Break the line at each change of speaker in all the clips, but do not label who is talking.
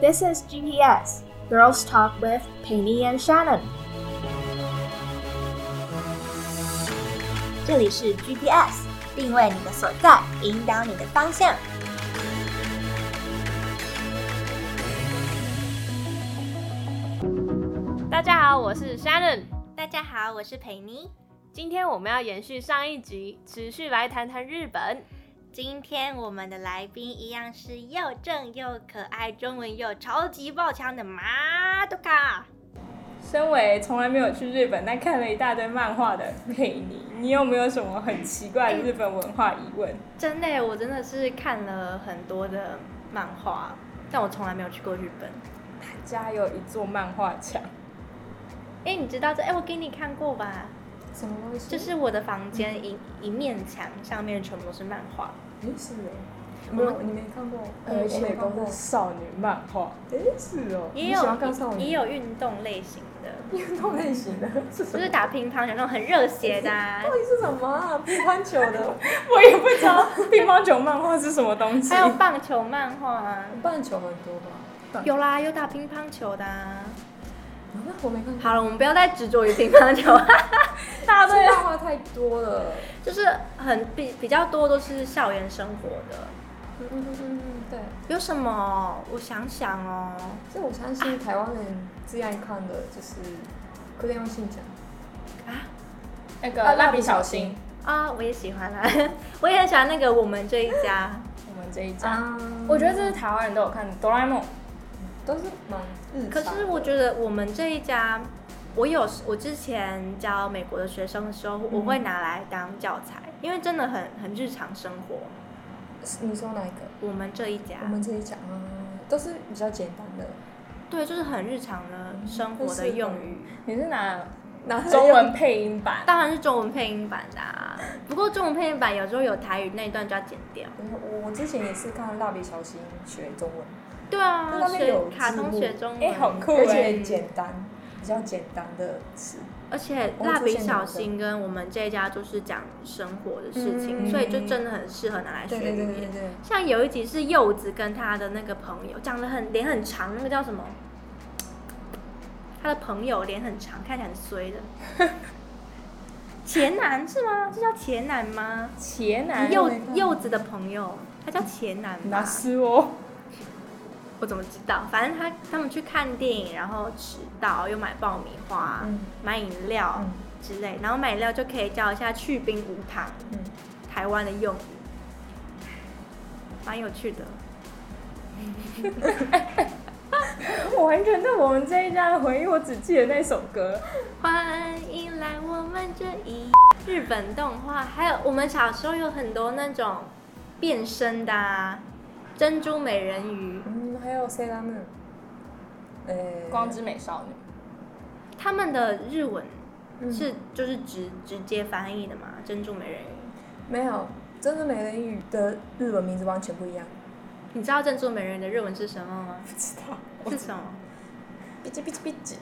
This is GTS Girls Talk with Penny and Shannon。
这里是 GTS，定位你的所在，引导你的方向。
大家好，我是 Shannon。
大家好，我是裴妮。
今天我们要延续上一集，持续来谈谈日本。
今天我们的来宾一样是又正又可爱，中文又超级爆强的马杜卡。
身为从来没有去日本，但看了一大堆漫画的佩妮，你有没有什么很奇怪的日本文化疑问？
真的耶，我真的是看了很多的漫画，但我从来没有去过日本。
家有一座漫画墙，
哎、你知道这？哎、我给你看过吧？
什么东西
就是我的房间一、一面墙上面全部都是漫画。
哎是哦，没有你没看过，而且都是少女漫画。哎是哦，
也有也有运动类型的，
运动类型的，是什
就
么
是打乒乓球那种很热血的、 啊
到，底是什么啊？乒乓球的，我也不知道 乒乓球漫画是什么东 西
还。有棒球漫画、啊，
棒球很多吧？
有啦，有打乒乓球的、啊。
那我没看过，
好了，我们不要再执着于乒乓球，
大队漫画太多了。
就是很比比较多都是校园生活的。
嗯嗯嗯嗯，对。
有什么？我想想哦，
这我相信台湾人最爱看的就是《克用信箱》
啊
那个《蜡笔小新
啊， 我也喜欢啦，我也很喜欢那个我们这一家。》，
我们这一家，
啊，
我觉得这是台湾人都有看《哆啦 A 梦》，都是蛮日
可是我觉得我们这一家，我有我之前教美国的学生的时候，
嗯
我会拿来当教材，因为真的很很日常生活。
得你说哪一个？
我们这一家，
我们这一讲啊，都是比较简单的，
对，就是很日常的生活的用语，
你是拿
拿
中文配音版？
当然是中文配音版的、啊。不过中文配音版有时候有台语那一段就要剪掉。
我我之前也是看《蜡笔小新》学中文，
对啊，
那那边
学
有
卡
字
通
幕
学中文，
哎，好酷哎！
而且简单，比较简单的词。
而且
我们
蜡
出
笔
现
小
哪个
新跟我们这一家就是讲生活的事情，
嗯
所以就真的很适合拿来学
对
语
对
言。
对对对，
像有一集是柚子跟他的那个朋友，长得很脸很长，那个叫什么？他的朋友脸很长，看起来很衰的。前男是吗？这叫前男吗？
茄男
柚
哎没办法
柚子的朋友，他叫前男
拿
吧？
斯哦，
我怎么知道？反正他他们去看电影，然后迟到，又买爆米花，
嗯
买饮料。
嗯，
之类，然后买料就可以叫一下去冰无糖，
嗯
台湾的用语，蛮有趣的。
我完全对我们这一家的回忆，我只记得那首歌。
欢迎来我们这一日本动画，还有我们小时候有很多那种变身的、啊，珍珠美人鱼，
嗯，还有 Sailor Moon，呃，
光之美少女，
他们的日文
嗯
是、就是直直接翻译的嘛，珍珠美人鱼。
没有，真的美人鱼的日文名字完全不一样。
你知道珍珠美人鱼的日文是什么吗？
不知道，
是什么？
哔叽哔叽哔叽，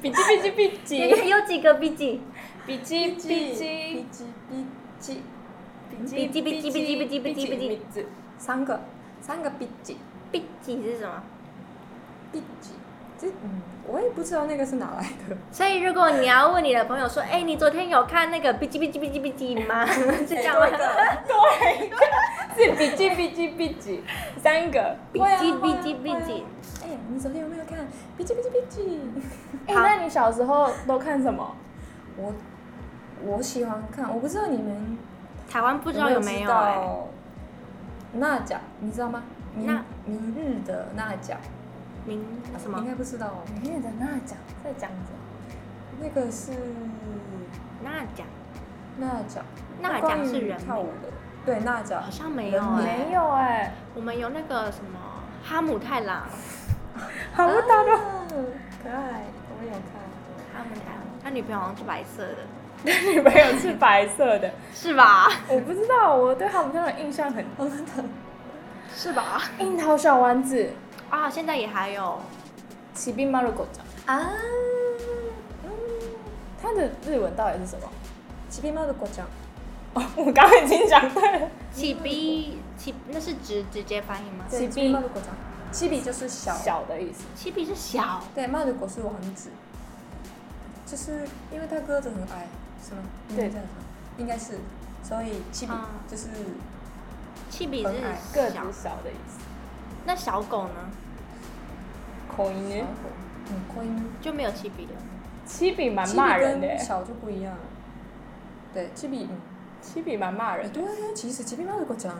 比基比基比基。
有几个 B G？
比基比基
叽哔
比
叽，
基比基比基比基比基比基，
三个，三个哔叽。
B G 是什么？
毕竟，这嗯，我也不知道那个是哪来的。
所以，如果你要问你的朋友说：“哎、你昨天有看那个哔叽哔叽哔叽哔叽吗？” 是这样吗？
对，是比基比基比基， 三个。
哔
会啊
叽哔
会
叽
啊
哔叽
会啊。哎、你昨天有没有看？哔叽哔叽哔叽。
哎，那你小时候都看什么？
我我喜欢看，我不知道你们
台湾不
不
知道有没有、哎，
道娜甲，你知道吗？明
娜
明日的娜甲，
明什
应
么
该不知道哦。
里面的那讲在讲什么？
那个是
那讲
娜甲，
那
关
讲
于
是人
跳舞
名，
的。对，娜甲
好。像没有哎、
没有哎，
我们有那个什么哈姆太郎，
好不打的。
啊可爱，我有看。
哈姆太郎，他女朋友好像是白色的，
女朋友是白色的，
是吧？
我不知道，我对他们这的印象很。
我们的
是吧？
樱桃小丸子，
啊，现在也还有，
骑兵马路狗长，
啊，
它的日文到底是什么？
骑兵猫的果酱。
哦， 我刚刚已经讲对了，
嗯起逼起那是直直接翻译吗？
对
骑
骑兵
兵
猫的果酱。七比就是小，
小的意思。
七比是小，
对，马如果是王子，就是因为他个子很矮，是吗？
对
应该这样说应该是，所以七比
嗯
就是
七比
很矮
个
是
子
小。
小的意思。
那小狗呢？
口音呢？
嗯，扩音，
就没有七比了。
七比蛮
七
骂
比
人的
嗯跟
耶，
小就不一样了。对，七比嗯，
七比蛮骂人
对啊，其实七比马如果讲，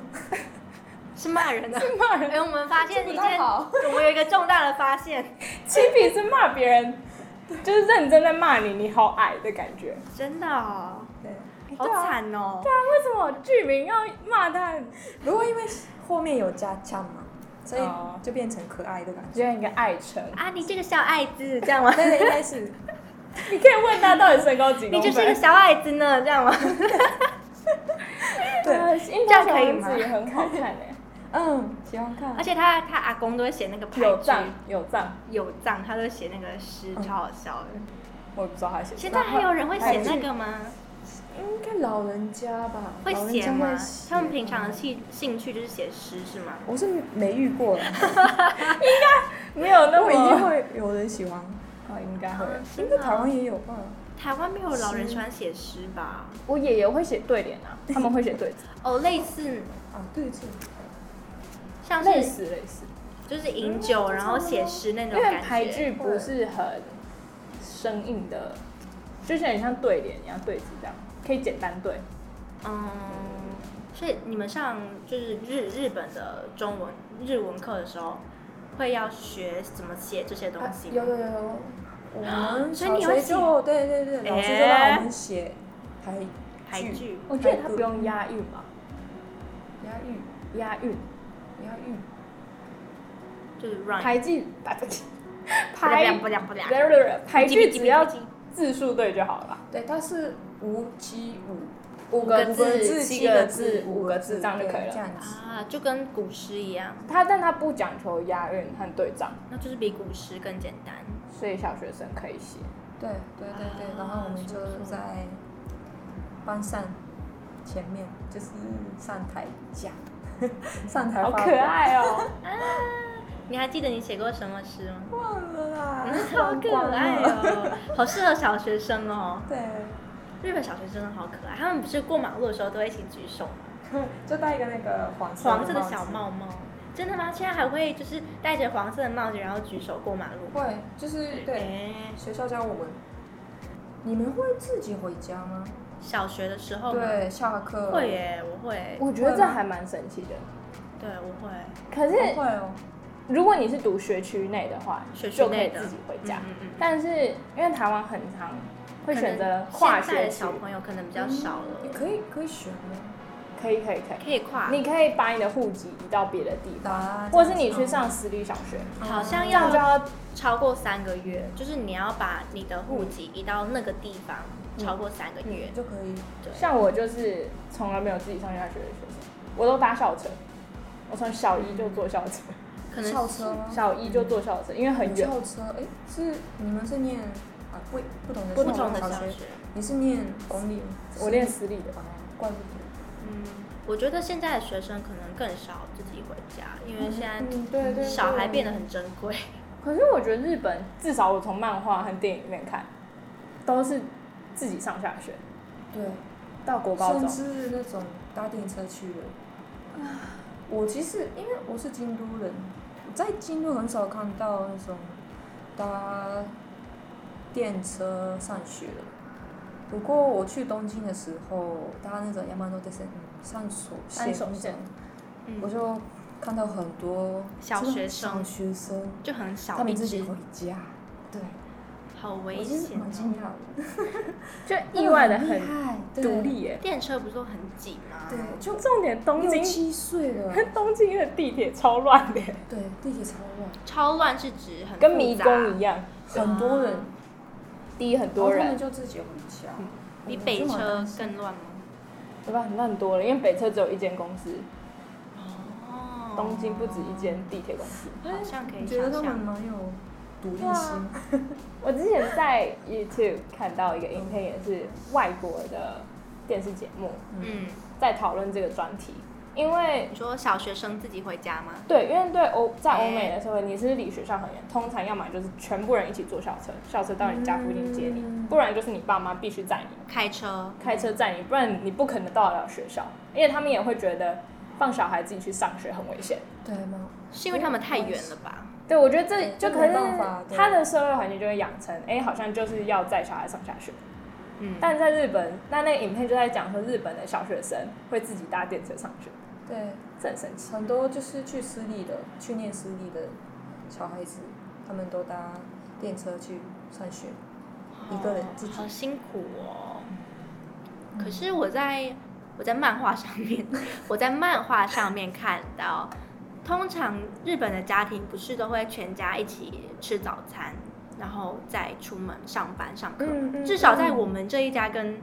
是骂人的。
的，骂人
哎、我们发现一
这不太
件，
好
我们有一个重大的发现，
七比是骂别人， 就是认真在骂你，你好矮的感觉。
真的、哦，
对。
好惨哦。
对啊，为什么剧名要骂他？
如果因为后面有加强嘛，所以
哦
就变成可爱的感 觉。
就像一个爱称，
啊，你这个小矮子，这样吗？
对，应该是
你可以问他到底身高几
你
公分。
就是一个小矮子呢，这样吗？
对
呃，樱
这
桃
样
小
可以
丸
吗
子也很好看哎，
嗯，喜欢看
而。且他他阿公都会写那个牌
有
句
藏，有藏，
有藏，他都写那个诗，超好笑的。
我也不知道他写什么。
现在还嗯有人会写那
个
个吗？
应该老人家吧，
会
老人
写啊
家
吗
会？写
他们平常的兴兴趣就是写诗是吗？
我是没遇过啦，
没有那
但我一定
么，
会有人喜欢，
哦，应该会。
嗯
应该
啊
台湾也有吧？
台湾没有老人喜欢写诗吧？
我爷爷会写对联啊，他们会写对子，
哦，类似
啊，对，这个
像
啊类
是
似类似，
就是饮酒然后写诗那
因
种
为
感
排
觉。
句不是很生硬的，就是很像对联一样对子这样，可以简单对。
嗯，所以你们上就是日日本的中文日文课的时候，会要学怎么写这些东
啊
西吗？
有有有，我们
所以
小
你会
学
写
就对对对，老师就让我们写排
排句，
我觉得他不用押韵嘛，
押韵，
押韵
押韵，
就是 run
排句，排
两
啊 排
不两不两，
排句
叽
只要
叽叽叽
字数对就好了吧。
对，它是五七五。
五
个
个字、
七
七
个
个
字
字、、
五
五
个
个
字
字，这样就可以
对
了。
这样子，
啊，就跟古诗一样，
他但他不讲求押韵和对仗，
那就是比古诗更简单。
所以小学生可以写。
对对对对，然后我们
啊说
就
说
在班上前面，就是上台讲， 上台
好
发
可
表，
爱哦！
你还记得你写过什么诗吗？
忘了啦，
好可
忘了
爱哦， 好适合小学生哦。
对，
日本小学生真的好可爱，他们不是过马路的时候都会一起举手吗？
就戴一个那个黄色
黄色的
帽
小
子，
帽帽，真的吗？现在还会就是戴着黄色的帽子，然后举手过马路？
会就是对
哎
学校教我们，你们会自己回家吗？
小学的时候吗
对，下课
哦会耶，我会，
我觉得这还蛮神奇的。
对我会
可是
不会哦，
如果你是读学区内的话，
学区
就可
内
以
的
自己回家
嗯嗯嗯。
但是因为台湾很常会选择
可能
跨
现在
学
的
区
小，朋友可能比较少了，
你可以可以选哦吗？
可以可以可以，
可以跨，
你可以把你的户籍移到别的地方，
答，
或是你去上私立小学，
好像
这样就
要
要
超过三个月，就是你要把你的户籍移到那个地方超过三个月
你。就可以
像我就是从来没有自己上下学的学生，我都搭校车。我从小一就坐校车，
可能
校车啊
嗯
吗？
小一就坐校车，因为很远。
校车，哎，是你们是念啊不不同的
不同的小
学，
学，
你是念公立吗？
我练私立的
啊，怪不得。
嗯，我觉得现在的学生可能更少自己回家，因为现在
对对
嗯小孩变得很珍贵。
可是我觉得日本，至少我从漫画和电影里面看，都是自己上下学，
对，
到国高
甚
中。
至那种搭电车去了。我其实因为我是京都人，我在京都很少看到那种搭电车上学的。不过我去东京的时候，搭那种亚马诺的上手线
山手
那种
线，
嗯
我就看到很多
小
真的
学
小
生
学生
就很少
他们
一
自
只
己回家，对，
好
我
危
其实
险、
蛮惊
哦。
讶的，
就意外的
很
很
厉害
独，立耶。
电车不是都很挤吗？
对，对就
重点东
六
京，
七岁 了，
东京的地铁超乱的耶，
对，地铁超乱，
超乱是指很
跟迷
复杂
宫一样，
很多人，
滴很
然后
多
他们
人。
就自己回家，
比
我
北
就蛮
车
担心
更乱吗？
对吧？那很多了，因为北车只有一间公司，
哦
东京不止一间地铁公司。
好像可以
你觉得
想
他
象。
们蛮有独立心，
我之前在 YouTube 看到一个影片，也是外国的电视节目
嗯，
在讨论这个专题，因为
你说小学生自己回家吗？
对，因为对欧在
哎
欧美的社会，你是离学校很远，通常要么就是全部人一起坐校车，校车到你家附近接你，
嗯
不然就是你爸妈必须载你，
开车，
开车载你，不然你不可能到得了学校，因为他们也会觉得放小孩自己去上学很危险。
对啊吗？
是因为他们太远了吧？
对，我觉得这
对
就
这
可
没
是
办法对
他的社会环境就会养成，哎，好像就是要载小孩上下学。
嗯，
但在日本，那那个影片就在讲说，日本的小学生会自己搭电车上学，
对，
这很神奇。
很多就是去私立的，去念私立的小孩子，他们都搭电车去上学，一个人自己
哦
嗯
好辛苦哦。可是我在我在漫画上面， 我在漫画上面看到，通常日本的家庭不是都会全家一起吃早餐，然后再出门上班上课。
嗯嗯
至少在我们这一家跟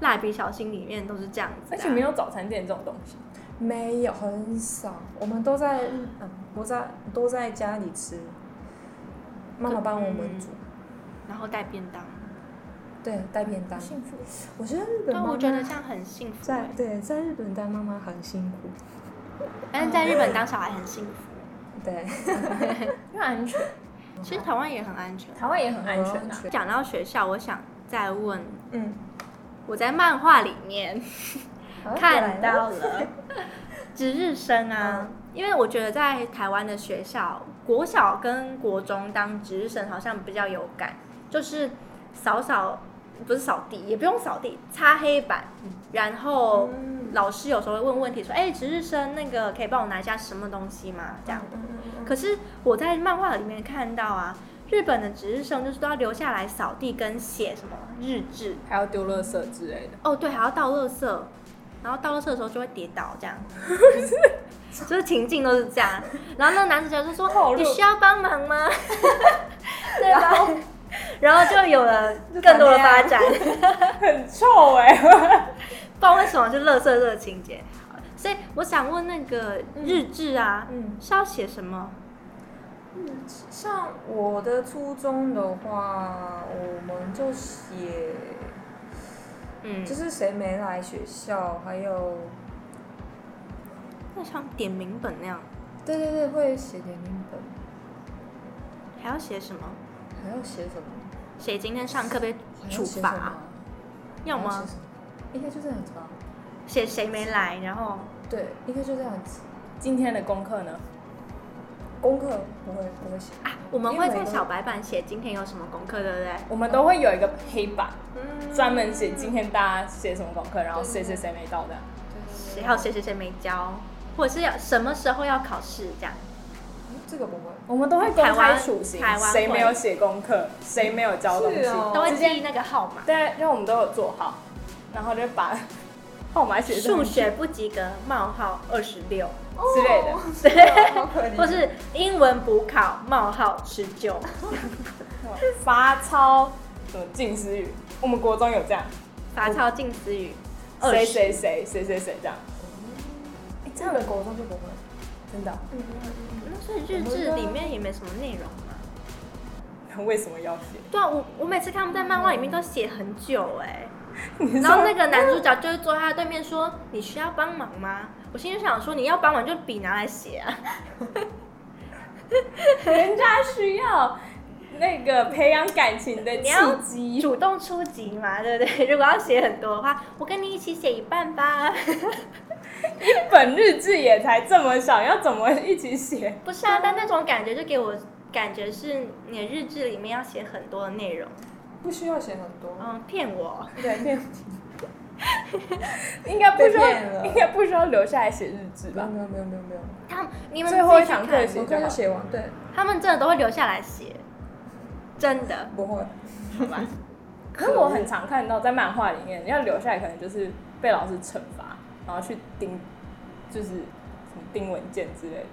蜡笔小新里面都是这样子、啊
而且没，有早餐店这种东西，
没有很少，我们都在嗯，都在都在家里吃，妈妈帮我们煮，
嗯然后带便当。
对，带便当。
幸福。
我觉得日
对，
本妈
我觉得这
妈
样很幸福
在
欸。
对在日本当妈妈很辛苦，
但是在日本
嗯
当小孩很幸福，
对，
因为安全，
其实台湾也很安全。
台湾也很安全啊。
全
讲到学校，我想再问，
嗯，
我在漫画里面
好哦
看到了值日生啊，因为我觉得在台湾的学校，国小跟国中当值日生好像比较有感，就是扫扫不是扫地，也不用扫地，擦黑板，然后老师有时候会问问题说，哎、值日生那个可以帮我拿一下什么东西吗？这样。可是我在漫画里面看到啊，日本的值日生就是都要留下来扫地跟写什么日志，
还要丢垃圾之类的，
哦，对，还要倒垃圾，然后倒垃圾的时候就会跌倒， 这样，就是情境都是这样。然后那个男主角就说：“你需要帮忙 吗？”对吧？ 然后就有了更多的发展，
很臭哎、
欸不知道为什么就垃圾这个情节。所以我想问那个日志啊，
嗯
是要写什么？
像我的初中的话，我们就写，
嗯，
就是谁没来学校，还有，
那像点名本那样，
对对对，会写点名本，
还要写什么？
还要写什么？
写今天上课被
还要
处
写什
罚
么，？
要
还
吗
写？什么？应该就这样子吧。
写谁没来，然后
对，应该就这样子。
今天的功课呢？
功课不会不会写，
啊，我们会
因为
在
每个
小白板写今天有什么功课，对不对？
我们都会有一个黑板，
嗯
专门写今天大家写什么功课，然后谁谁谁没到的。
谁还有谁谁谁没交，或者是要什么时候要考试这样。
嗯这个不会。
我们都会公开处刑
台湾台，湾
谁没有写功课，谁没有交东西
是，哦
都会记那个号码。
对，因为我们都有做好，然后就把 号码写上
数
去
学哦不及格，冒号二十六，
之类的。
好可
或是英文补考，冒号十 九。
罚抄什么近思语，我们国中有这样，
罚抄近思语，二
谁
十。嗯
谁谁谁谁谁这样，哎
这样的国中就不会。
真的哦、
那嗯所以日志里面也没什么内容嘛。嗯
为什么要写？
对啊，我我每次看他们在漫画里面都写很久哎、
你知
然
道
后那个男主角就会坐在他对面说：“你需要帮忙吗？”我心里想说：“你要帮忙就笔拿来写啊。”
人家需要那个培养感情的
你要
契机，
主动出击嘛， 对不对？如果要写很多的话，我跟你一起写一半吧。
本日志也才这么少，要怎么一起写？
不是啊，但那种感觉就给我感觉是你的日志里面要写很多的内容，
不需要写很多。
嗯，骗我。
对，应该不需
被
要
骗，了嗯
应该不需要留下来写日志
没有
吧？
没有没有没有没有，
他们你们
最后一
自己去
堂
看
课写
我
就
看
好
就。写完。对，
他们真的都会留下来写，真的。
不会。
好吧，
可是我很常看到在漫画里面要留下来，可能就是被老师惩罚，然后去盯，就是什么盯文件之类的。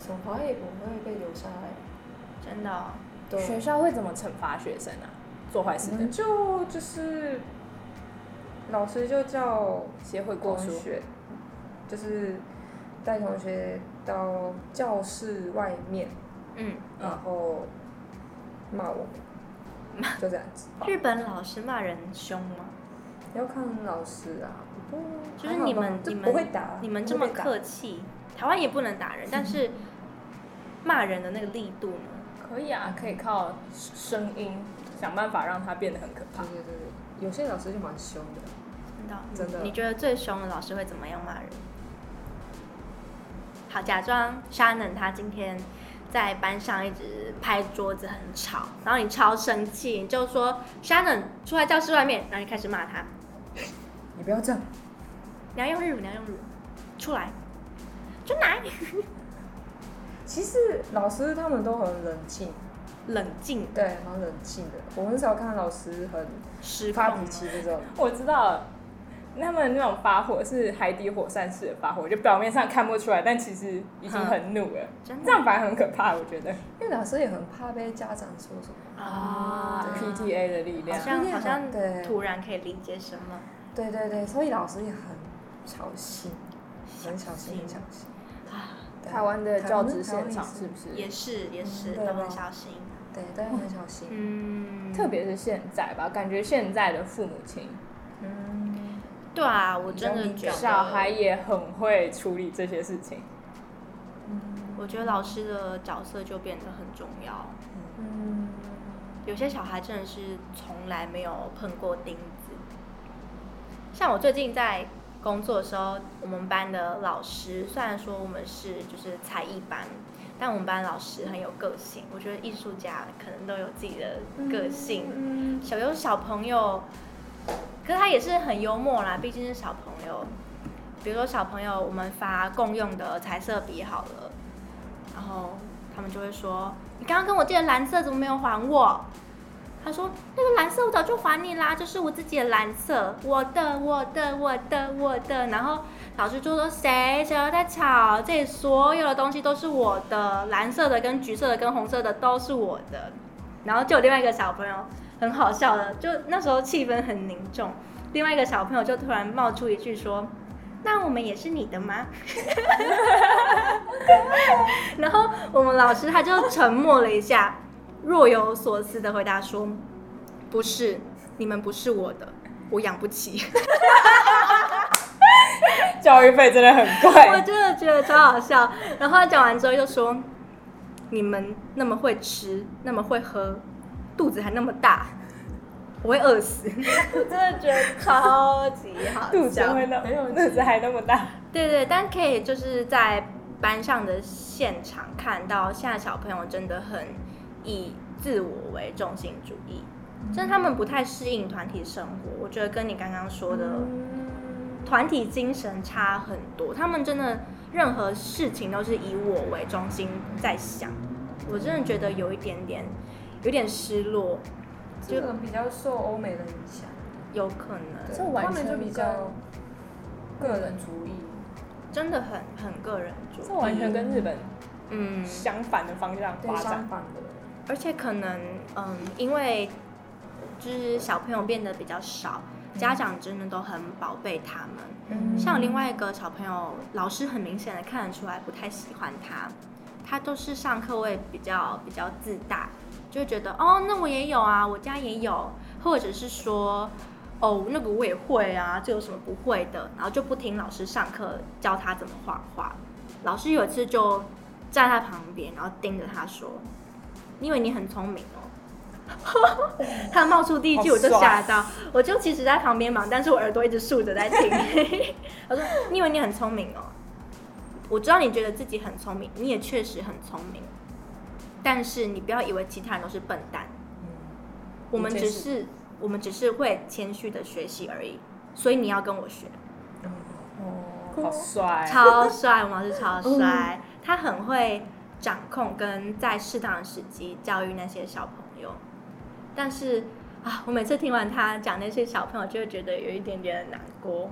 惩罚也不会被留下来。
真的、哦。
对，嗯
学校会怎么惩罚学生啊？做坏事
可
的
能，就就是老师就叫
协会过
同
书，
哦学，就是带同学到教室外面，
嗯，
然后骂我，就这样子。
日本老师骂人凶吗？
要看老师啊，
就是你们你
就不会
们
打，啊
你们
不
这么
会打
客气，台湾也不能打人，但是骂人的那个力度呢？
可以啊，可以靠声音想办法让它变得很可怕
对。对对对，有些老师就蛮凶的，
真的，
真的
你觉得最凶的老师会怎么样骂人？好，假装 Shannon 他今天在班上一直拍桌子很吵，然后你超生气，你就说 Shannon 出来教室外面，然后你开始骂他，
你不要这样，
你要用日语，你要用日语，出来，就拿
其实老师他们都很冷静，
冷静
对，蛮冷静的。我很少看老师很
失控
发
吗
脾气这种，
我知道了，他们那种发火是海底火山式的发火，就表面上看不出来，但其实已经很怒了。
真的
这样反而很可怕，我觉得。
因为老师也很怕被家长说什么。
啊
PTA 的力量
好，像
对
好像
对
突然可以理解什么。
对对对，所以老师也很小心，很小心，很小心。对
台湾的教职现场
台湾
是不是？
也是也是，
对
都
哦
很小心。
对，但很小心。
嗯，
特别是现在吧，感觉现在的父母亲
嗯，
对啊，我真的觉
小
得，
孩也很会处理这些事情。
我觉得老师的角色就变得很重要。
嗯，
有些小孩真的是从来没有碰过钉子。像我最近在工作的时候，我们班的老师虽然说我们是就是才艺班，但我们班老师很有个性。我觉得艺术家可能都有自己的个性。
嗯，
小优小朋友，可是他也是很幽默啦，毕竟是小朋友。比如说小朋友，我们发共用的彩色笔好了，然后他们就会说：“你刚刚跟我借的蓝色怎么没有还我？”他说：“那个蓝色我早就还你啦，就是我自己的蓝色，我的，我的，我的，我的。”然后老师就说：“谁谁又在吵？这里所有的东西都是我的，蓝色的、跟橘色的、跟红色的都是我的。”然后就有另外一个小朋友很好笑的，就那时候气氛很凝重，另外一个小朋友就突然冒出一句说：“那我们也是你的吗？”然后我们老师他就沉默了一下，若有所思的回答说：“不是，你们不是我的，我养不起。”
教育费真的很
我
贵，
真的觉得超好笑。然后他讲完之后又说：“你们那么会吃，那么会喝，肚子还那么大，我会饿死。”我真的觉得 超级好
肚子
笑。
会那肚子还那么大。
对对，但可以就是在班上的现场看到，现在小朋友真的很以自我为中心主义，
嗯
真的他们不太适应团体生活。我觉得跟你刚刚说的。
嗯
团体精神差很多，他们真的任何事情都是以我为中心在想，我真的觉得有一点点，有点失落，
这个比较受欧美的影响，
有可能
这完
他们就
全
比
跟
较个人主义。
真的很很个人主
这完全跟日本
嗯，
相反的方向
对
发
相
展。
反的，
而且可能嗯，因为就是小朋友变得比较少，家长真的都很宝贝他们，
嗯
像有另外一个小朋友，老师很明显的看得出来不太喜欢他，他都是上课会比较比较自大，就会觉得哦，那我也有啊，我家也有，或者是说哦，那个我也会啊，这有什么不会的？然后就不听老师上课教他怎么画画。老师有一次就站在旁边，然后盯着他说：“你以为你很聪明哦？”他冒出第一句，
好
我就
爽
吓到，我就其实在旁边忙，但是我耳朵一直竖着在听。 我说：“你以为你很聪明哦？我知道你觉得自己很聪明，你也确实很聪明，但是你不要以为其他人都是笨蛋，我们
嗯的确
只是我们只是会谦虚的学习而已。”所以你要跟我学，
哦好帅，
超帅，我们老师超帅，他很会掌控跟在适当的时机教育那些小朋友。但是啊，我每次听完他讲那些小朋友，就会觉得有一点点难过。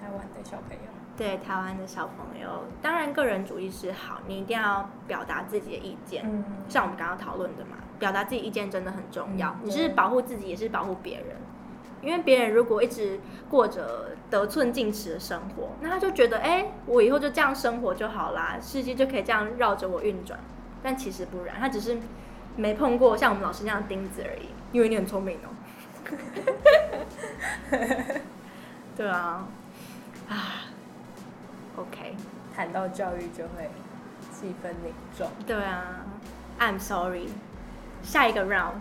台湾的小朋友。
对台湾的小朋友，当然个人主义是好，你一定要表达自己的意见。
嗯，
像我们刚刚讨论的嘛，表达自己意见真的很重要
嗯。
你是保护自己，也是保护别人。因为别人如果一直过着得寸进尺的生活，那他就觉得，哎、我以后就这样生活就好啦，世界就可以这样绕着我运转。但其实不然，他只是没碰过像我们老师那样的钉子而已。 因为你很聪明哦。对啊， OK，
谈到教育就会气氛凝重。
对啊，I'm sorry。下一个 round，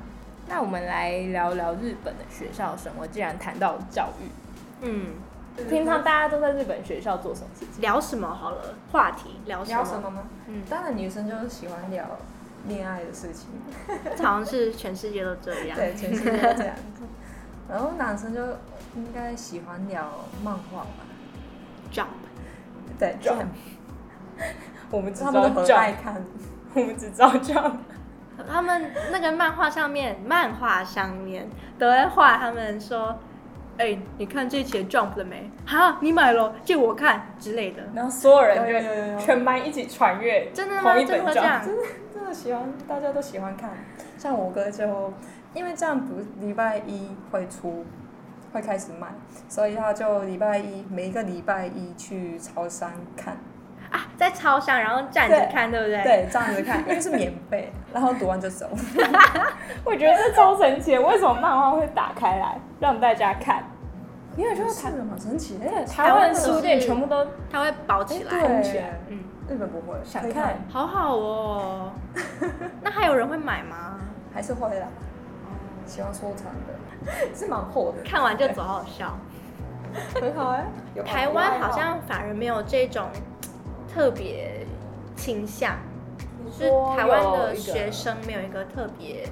那我们来聊聊日本的学校生活。既然谈到教育，
嗯，
平常大家都在日本学校做什么事情？
聊什么好了？话题聊什么？
聊什么吗？
嗯
当然女生就是喜欢聊恋爱的事 情，
这好像是全世界都这样。
对，全世界都这样子。然后男生就应该喜欢聊漫画吧，
，jump。
对，这样
我们只知
他们
道
都很爱
jump，
看。
我们只知道 jump。
他们那个漫画上面，漫画上面都在画他们说，哎、你看这期的 Jump 了没？哈，你买了，借我看之类的。
然后所有人
有有有有
就全班一起传阅
真的吗？
同一
真的
本
会这
jump。
样？
真的喜欢，大家都喜欢看。像我哥就因为这样不礼拜一会出，会开始卖，所以他就礼拜一每一个礼拜一去超商看，
啊，在超商然后站着
对
看，对不对？
对，这样子看，因为是免费， 然后读完就走。
我觉得这超神奇的，为什么漫画会打开来让大家看？
因为就是看的蛮神奇的，
台湾的书店全部都
它会包
哎
起来。
对，
嗯，
日本不会，
想
可以
看，
好好哦。 那还有人会买吗？
还是会啦，哦喜欢收藏的，是蛮厚的，
看完就走，好好笑。
很好哎。有
台湾好像反而没有这种特别倾向，就是台湾的学生没有一个特别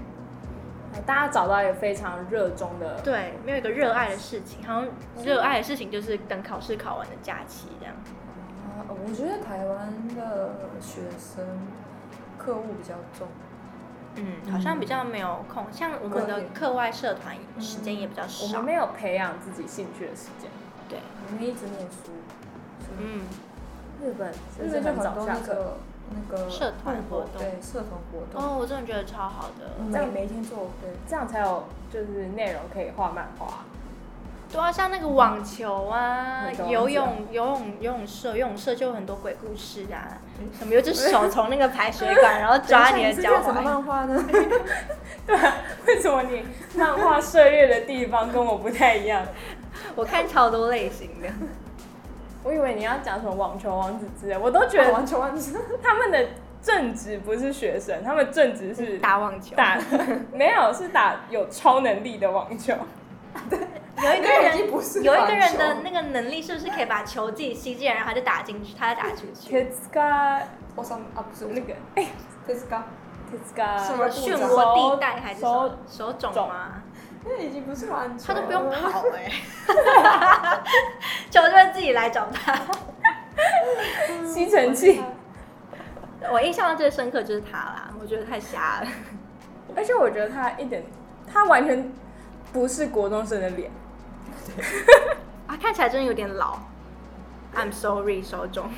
大家找到一个非常热衷的，
对，没有一个热爱的事情，好像热爱的事情就是等考试考完的假期这样。
啊，我觉得台湾的学生课务比较重。
嗯，好像比较没有空，像我们的
对
课外社团时间也比较
我
少
们。没有培养自己兴趣的时间。
对，
我们一直念书，
嗯，
日本
日
真的
本就
很
很
早
多
下
那
课，
个那个
社团
部落
活动
对社团活动，
哦，我真的觉得超好的。
每每天做对，
这样才有就是内容可以画漫画。
对啊，像那个网球啊
那个网，球
游泳、游泳、游泳社，游泳社就有很多鬼故事啊，什么有只手从那个排水管， 然后抓你的
等一下
脚
是看什么
踝。
漫画呢？
对啊，为什么你漫画涉猎的地方跟我不太一样？
我看超多类型的，
我以为你要讲什么网球王子之类，我都觉得
完全完全
他们的正职不是学生，他们正职是
打网球，
嗯打 没有是打有超能力的网 球。
有一个
哎已经
人。
不是
有一
篮
个人
球
的那个能力是不是可以把球自己吸进来，然后他就打进去，他就打出去？
Tetsuka
我上啊不是
那个哎
这是刚，
Tetsuka
什
什
么
么漩涡
步骤
地带还是什
手
么手冢
冢
吗？
那已经不是篮球，
他都不用。跑哎、 球就会自己来找他。
吸尘器。
我印象最深刻就是他啦，我觉得太瞎了。
而且我觉得他一点，他完全不是国中生的脸，
啊，看起来真的有点老。I'm sorry，手冢。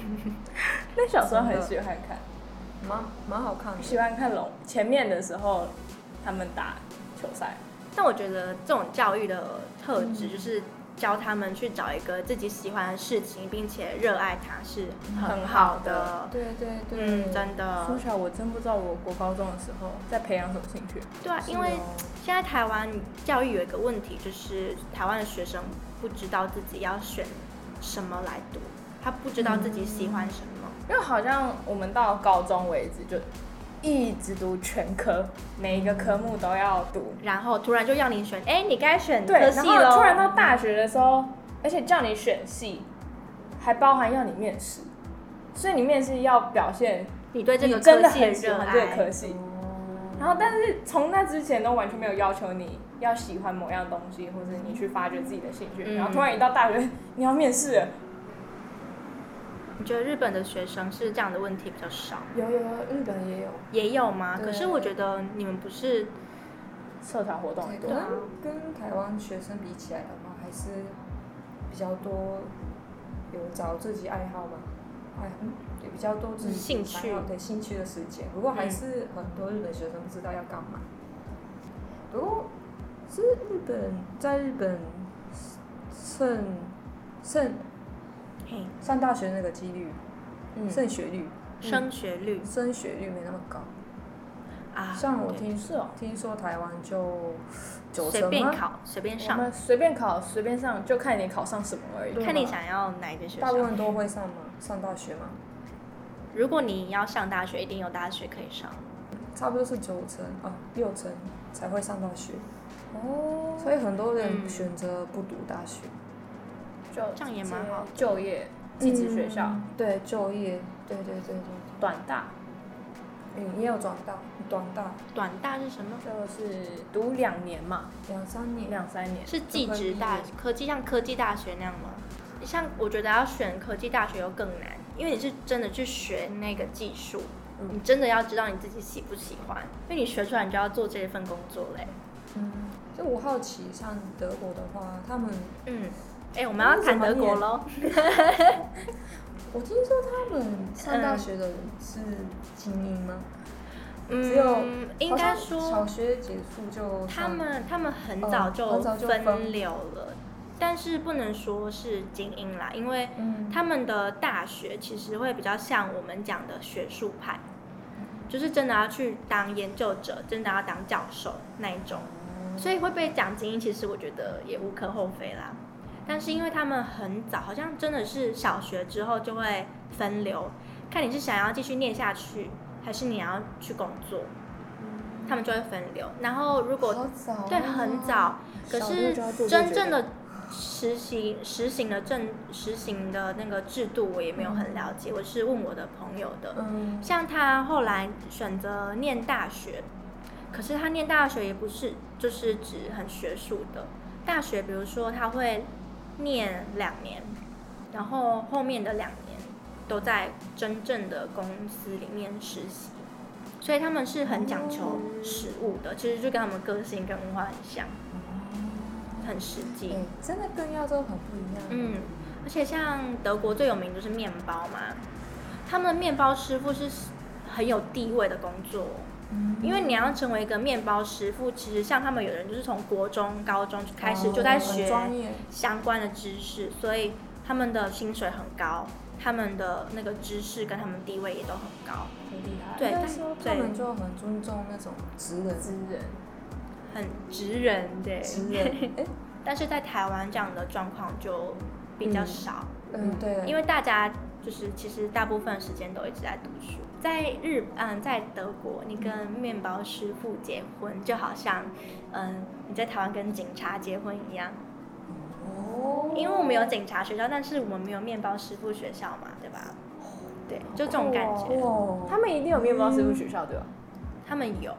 但小时候很喜欢看，
蛮蛮好看
喜
的，
欢看龙前面的时候他们打球赛，
但我觉得这种教育的特质就是教他们去找一个自己喜欢的事情，并且热爱它是很好的。
对对对，
嗯，真
说
的，
起来我真不知道我国高中的时候在培养什么兴趣，
对啊，因为现在台湾教育有一个问题，就是台湾的学生不知道自己要选什么来读，他不知道自己喜
嗯
欢什么。
因为好像我们到高中为止就一直读全科，每一个科目都要读，
然后突然就要你选，哎，你该选
对，
科
然
系
后
喽。
突然到大学的时候，而且叫你选系，还包含要你面试，所以你面试要表现
你对这个
你真
科
的
系
很喜
热
欢这个
爱
科，系。然后，但是从那之前都完全没有要求你要喜欢某样东西，或者你去发掘自己的兴趣。
嗯
然后突然一到大学，你要面试了，
你觉得日本的学生是这样的问题比较少，
有有有，日本也有，
也有吗？
对
可是我觉得你们不是
社团活动
对，
也
可
多
能跟台湾学生比起来的话，还是比较多有找自己爱好吧，哎，嗯也比较多自己
兴
想要
趣
对兴趣的时间。不过还
嗯
是很多日本学生不知道要干嘛。不过是日本，在日本上上
嘿
上大学那个几率，
嗯
升学率，
升学率
升学率没那么高。
啊，
像我
对
听
是哦
听说台湾就九
随
成
便
吗？
考随便
我
上，
们随便考随便上，就看你考上什么而已。
对
看你
吧
想要哪一个学
大部
校。
分都会上吗？上大学吗？
如果你要上大学，一定有大学可以上。
差不多是九成啊，六成才会上大学。哦，所以很多人
嗯
选择不读大学，
就
这样也蛮好的，
就业寄职学校、
嗯对就业，对对对对
短大
对，嗯，也有转大，短大
短大是什么？
就是读两年嘛，
两三年，
两三年。
是技职大
就
科技，像科技大学那样吗？像我觉得要选科技大学又更难，因为你是真的去学那个技术，
嗯
你真的要知道你自己喜不喜欢，因为你学出来你就要做这份工作嘞。
嗯，就我好奇，像德国的话，他们
嗯，哎、我们要谈德国喽。
我听说他们上
嗯
大学的人是精英吗？只有
嗯，应该
好像小
说
学结束就上
他们他们很
嗯
早就
很早就
分
分
流了，但是不能说是精英啦，因为
嗯，
他们的大学其实会比较像我们讲的学术派，就是真的要去当研究者，真的要当教授那一种，所以会被讲精英，其实我觉得也无可厚非啦。但是因为他们很早，好像真的是小学之后就会分流，看你是想要继续念下去，还是你要去工作，他们就会分流。然后如果
嗯好早、哦
对，很早。可
小
是
六就要做这
真
个
正的实行实行的政实行的那个制度，我也没有很了解，我是问我的朋友的。
嗯，
像他后来选择念大学，可是他念大学也不是就是指很学术的大学，比如说他会念两年，然后后面的两年都在真正的公司里面实习。所以他们是很讲求实务的，其实就跟他们个性跟文化很像。很实际。
哎真的跟亚洲很不一样。
嗯，而且像德国最有名就是面包嘛，他们的面包师傅是很有地位的工作，
嗯
因为你要成为一个面包师傅，其实像他们有人就是从国中、高中就开始就在
哦
学
很专业，
相关的知识，所以他们的薪水很高，他们的那个知识跟他们地位也都很高，
很厉害，
对，
应该
但
说他
对
们就很尊重那种职人，
职人
很直人，对，
职人，哎，
但是在台湾这样的状况就比较少。
嗯，对，
因
为
为大家就是其实大部分时间都一直在读书，在日嗯在德国，你跟面包师傅结婚，就好像嗯你在台湾跟警察结婚一样，
哦，
因为我们有警察学校，但是我们没有面包师傅学校嘛，对吧？对，就这种感觉，
哦，
他们一定有面包师傅学校对吧？
他们有，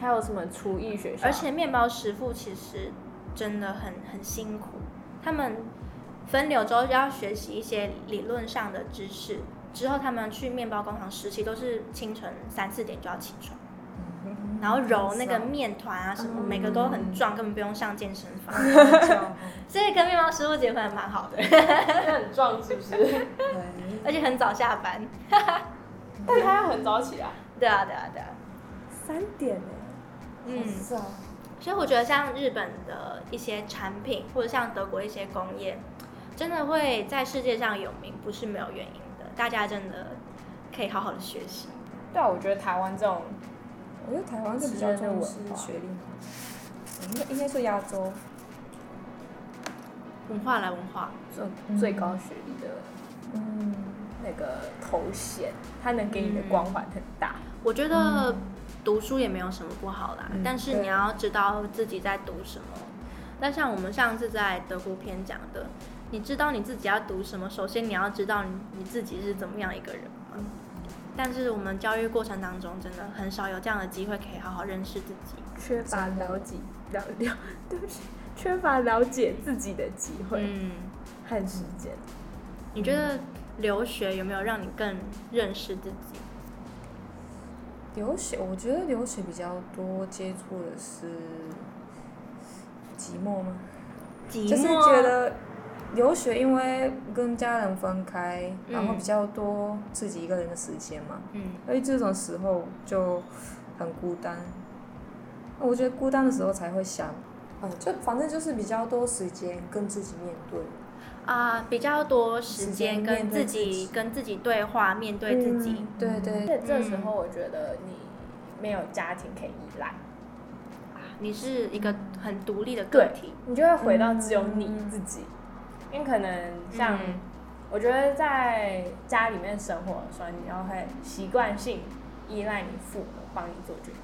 还有什么厨艺学校？
而且面包师傅其实真的很很辛苦，他们分流之后要学习一些理论上的知识，之后他们去面包工厂实习都是清晨三四点就要起床，然后揉那个面团啊什么，每个都很壮，根本不用上健身房。所以跟面包师傅结婚还蛮好的，
很壮是不 是？
对
而且很早下班。
但他要很早起啊，
对啊，对啊，对啊。
三点
欸
呢。
嗯，
是啊，
所以我觉得像日本的一些产品，或者像德国一些工业，真的会在世界上有名，不是没有原因的。大家真的可以好好的学习。
对啊，我觉得台湾这种
我觉得台湾是比较重视学历，嗯应该应该说亚洲
文化来文化，
最最高学历的
嗯，
那个头衔，它能给你的光环很大。
我觉得读书也没有什么不好啦，但是你
对
要知道自己在读什么。那像我们上次在德国篇讲的，你知道你自己要读什么，首先你要知道你你自己是怎么样一个人嘛。但是我们教育过程当中，真的很少有这样的机会可以好好认识自己。
缺乏了解了 了，对不起，缺乏了解自己的机会
嗯，
和时间。
你觉得留学有没有让你更认识自己？
留学，我觉得留学比较多接触的是寂寞吗？
寂
就是觉得留学，因为跟家人分开，然后比较多自己一个人的时间嘛，
嗯，
所以这种时候就很孤单。我觉得孤单的时候才会想，嗯，就反正就是比较多时间跟自己面对。
啊，比较多时
时
间
间
跟
面
自
对
己
自己
跟自己对话，面对自己。
嗯
对对
在这时候，我觉得你没有家庭可以依赖，
嗯
你是一个很独立的个体，
你就会回到只有你自己。因为可能像、我觉得在家里面生活的时候，你要会习惯性依赖你父母帮你做决定。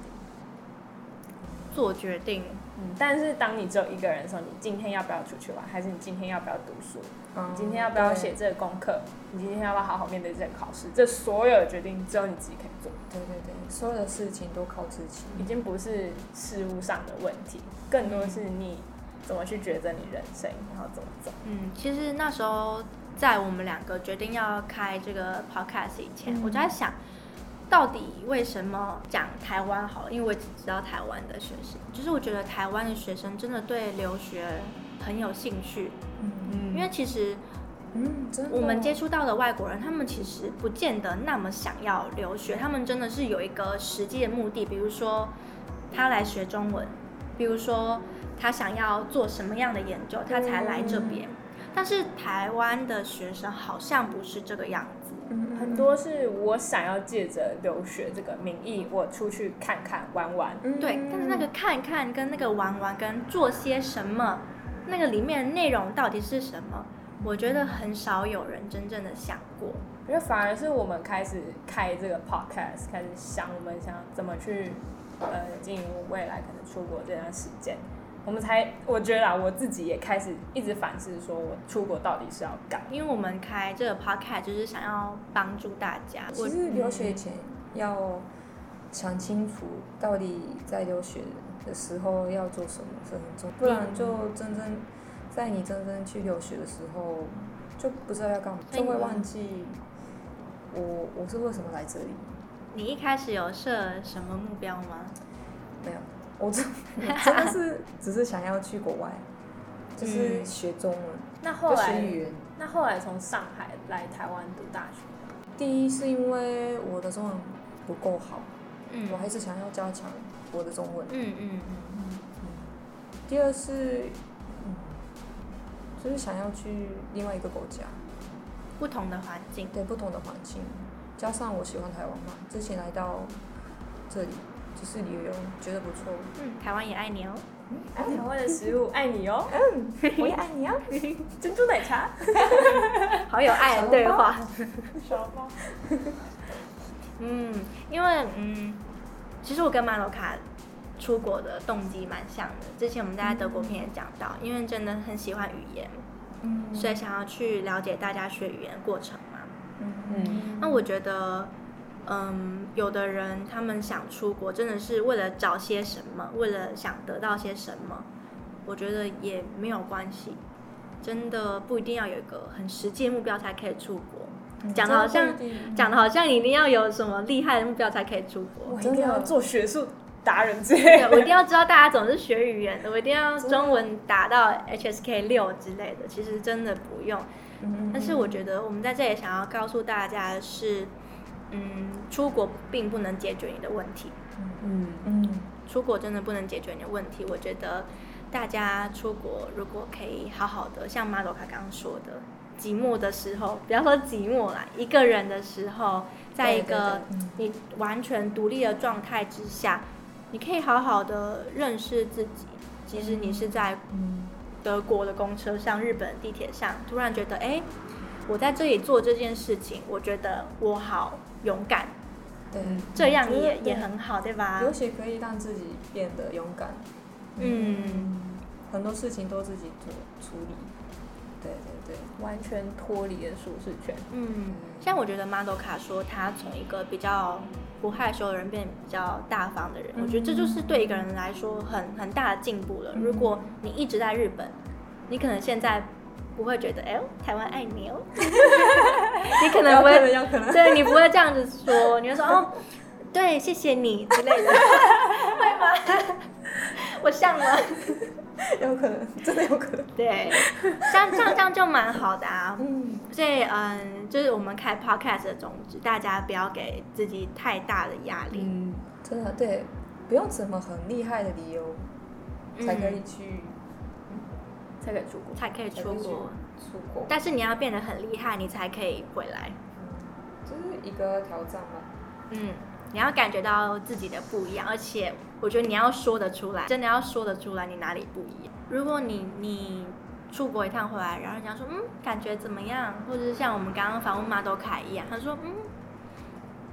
做决定，
嗯，但是当你只有一个人的时候，你今天要不要出去玩，还是你今天要不要读书？
嗯
你今天要不要写？这个功课？你今天要不要好好面对这个考试？这所有的决定只有你自己可以做，
对对对对，所有的事情都靠自己。
已经不是事物上的问题，更多是你怎么去抉择你人生，然后怎么走。
嗯，其实那时候在我们两个决定要开这个 podcast 以前，
嗯
我就在想，到底为什么讲台湾好了？因为我只知道台湾的学生，就是我觉得台湾的学生真的对留学很有兴趣，
嗯
因为其实
嗯，真的。
我们接触到的外国人，他们其实不见得那么想要留学，他们真的是有一个实际的目的，比如说他来学中文，比如说他想要做什么样的研究，他才来这边。但是台湾的学生好像不是这个样子，
嗯嗯
很多是我想要借着留学这个名义，我出去看看玩玩。
嗯
对。但是那个看看跟那个玩玩跟做些什么，那个里面的内容到底是什么，我觉得很少有人真正的想过。
我觉得反而是我们开始开这个 podcast，开始想我们想怎么去呃经营未来可能出国这段时间，我们才我觉得啊，我自己也开始一直反思，说我出国到底是要干嘛。
因为我们开这个 podcast 就是想要帮助大家。我
其实留学前要想清楚，到底在留学的时候要做什么是很重要，不然就真正在你真正去留学的时候就不知道要干嘛，就会忘记我我是为什么来这里。
你一开始有设什么目标吗？
没有，我真我真的是只是想要去国外，就是
嗯
学中文，
那嗯后
就学
来
语言。
那后来从上海来台湾读大学，
第一是因为我的中文不够好，
嗯
我还是想要加强我的中文。
嗯嗯
第二是，嗯，就是想要去另外一个国家，
嗯，不同的环境。
对不同的环境，加上我喜欢台湾嘛，之前来到这里就是旅游，觉得不 错。
嗯，台湾也爱你哦。
哎台湾的食物爱你哦，
我也爱你啊！
珍珠奶茶、
好有爱的对话。
小包，
嗯，因为嗯，其实我跟马洛卡出国的动机蛮像的。之前我们在德国片也讲到，因为真的很喜欢语言，
嗯
所以想要去了解大家学语言的过程嘛。
嗯，
那我觉得，嗯，有的人他们想出国，真的是为了找些什么，为了想得到些什么，我觉得也没有关系，真的不一定要有一个很实际的目标才可以出国，讲得好像嗯讲的好像你一定要有什么厉害的目标才可以出国
我。一
真
定
的
要做学术达人之类
对，
的。
我一定要知道大家总是学语言的，我一定要中文达到 HSK 六之类的。其实真的不用，但是我觉得我们在这里想要告诉大家的是，嗯，出国并不能解决你的问题，
嗯，
嗯，
出国真的不能解决你的问题。我觉得大家出国如果可以好好的，像马洛卡刚刚说的，寂寞的时候，不要说寂寞啦，一个人的时候，在一个
嗯
你完全独立的状态之下，你可以好好的认识自己。即使你是在
嗯
德国的公车上、日本的地铁上，突然觉得，哎，我在这里做这件事情，我觉得我好勇敢，
对，
这样
嗯对
也
对
也很好，对吧？
留学可以让自己变得勇敢，
嗯，
很多事情都自己做处理。对对对，
完全脱离了舒适圈。
嗯，像我觉得 Model 卡说他从一个比较不害羞的人变比较大方的人，我觉得这就是对一个人来说很很大的进步了。如果你一直在日本，你可能现在不会觉得，哎呦，台湾爱你 哦，你可能不会，
有可能
对你不会这样子说，你会说哦，对，谢谢你之类 的，会吗？ 我像吗？
有可能，真的有可能。
对，像像这样就蛮好的啊。
嗯，
所以，嗯，就是我们开 podcast 的宗旨，大家不要给自己太大的压力。
嗯，真的对，不用什么很厉害的理由才可以去
才可以出国。
才可以出
嗯才可以去
国。
出国，嗯
但是你要变得很厉害，你才可以回来。
就是一个挑战嘛。
嗯，你要感觉到自己的不一样，而且我觉得你要说得出来，真的要说得出来你哪里不一样。如果你你出国一趟回来，然后人家说嗯感觉怎么样，或者是像我们刚刚访问马豆凯一样，他说嗯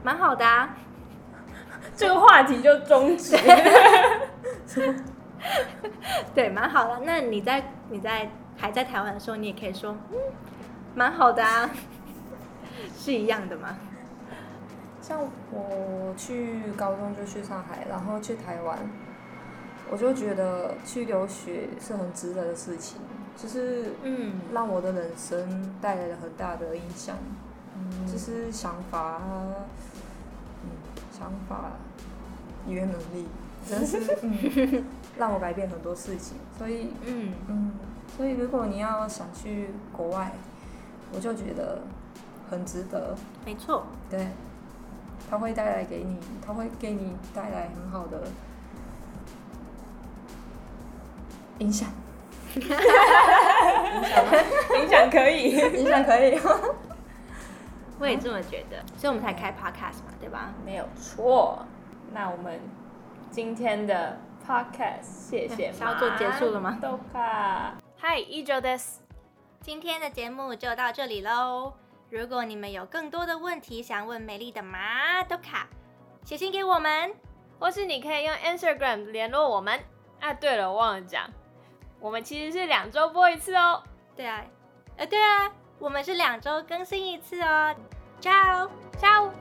蛮好的啊，
这个话题就终 止。
对，蛮好的。那你在你在还在台湾的时候，你也可以说嗯蛮好的啊， 是一样的吗？
像我去高中就去上海，然后去台湾，我就觉得去留学是很值得的事情，就是
嗯
让我的人生带来了很大的影响，就是想法，嗯，想法，语言能力，真的是嗯，让我改变很多事情，所以
嗯，
嗯，所以如果你要想去国外，我就觉得很值得。
没错。
对，它会带来给你，它会给你带来很好的影响，
影响可以，
影响可以。
我也这么觉得，所以我们才开 podcast 嘛，对吧？
没有错。那我们今天的 podcast 谢 谢
是要做结束了吗
豆卡，
嗨，依旧 this。
今天的节目就到这里喽。如果你们有更多的问题想问美丽的马豆卡，写信给我们。
或是你可以用 Instagram 联络我们。啊，对了，我忘了讲，我们其实是两周播一次哦。
对啊，呃，对啊，我们是两周更新一次哦。Ciao。
下午。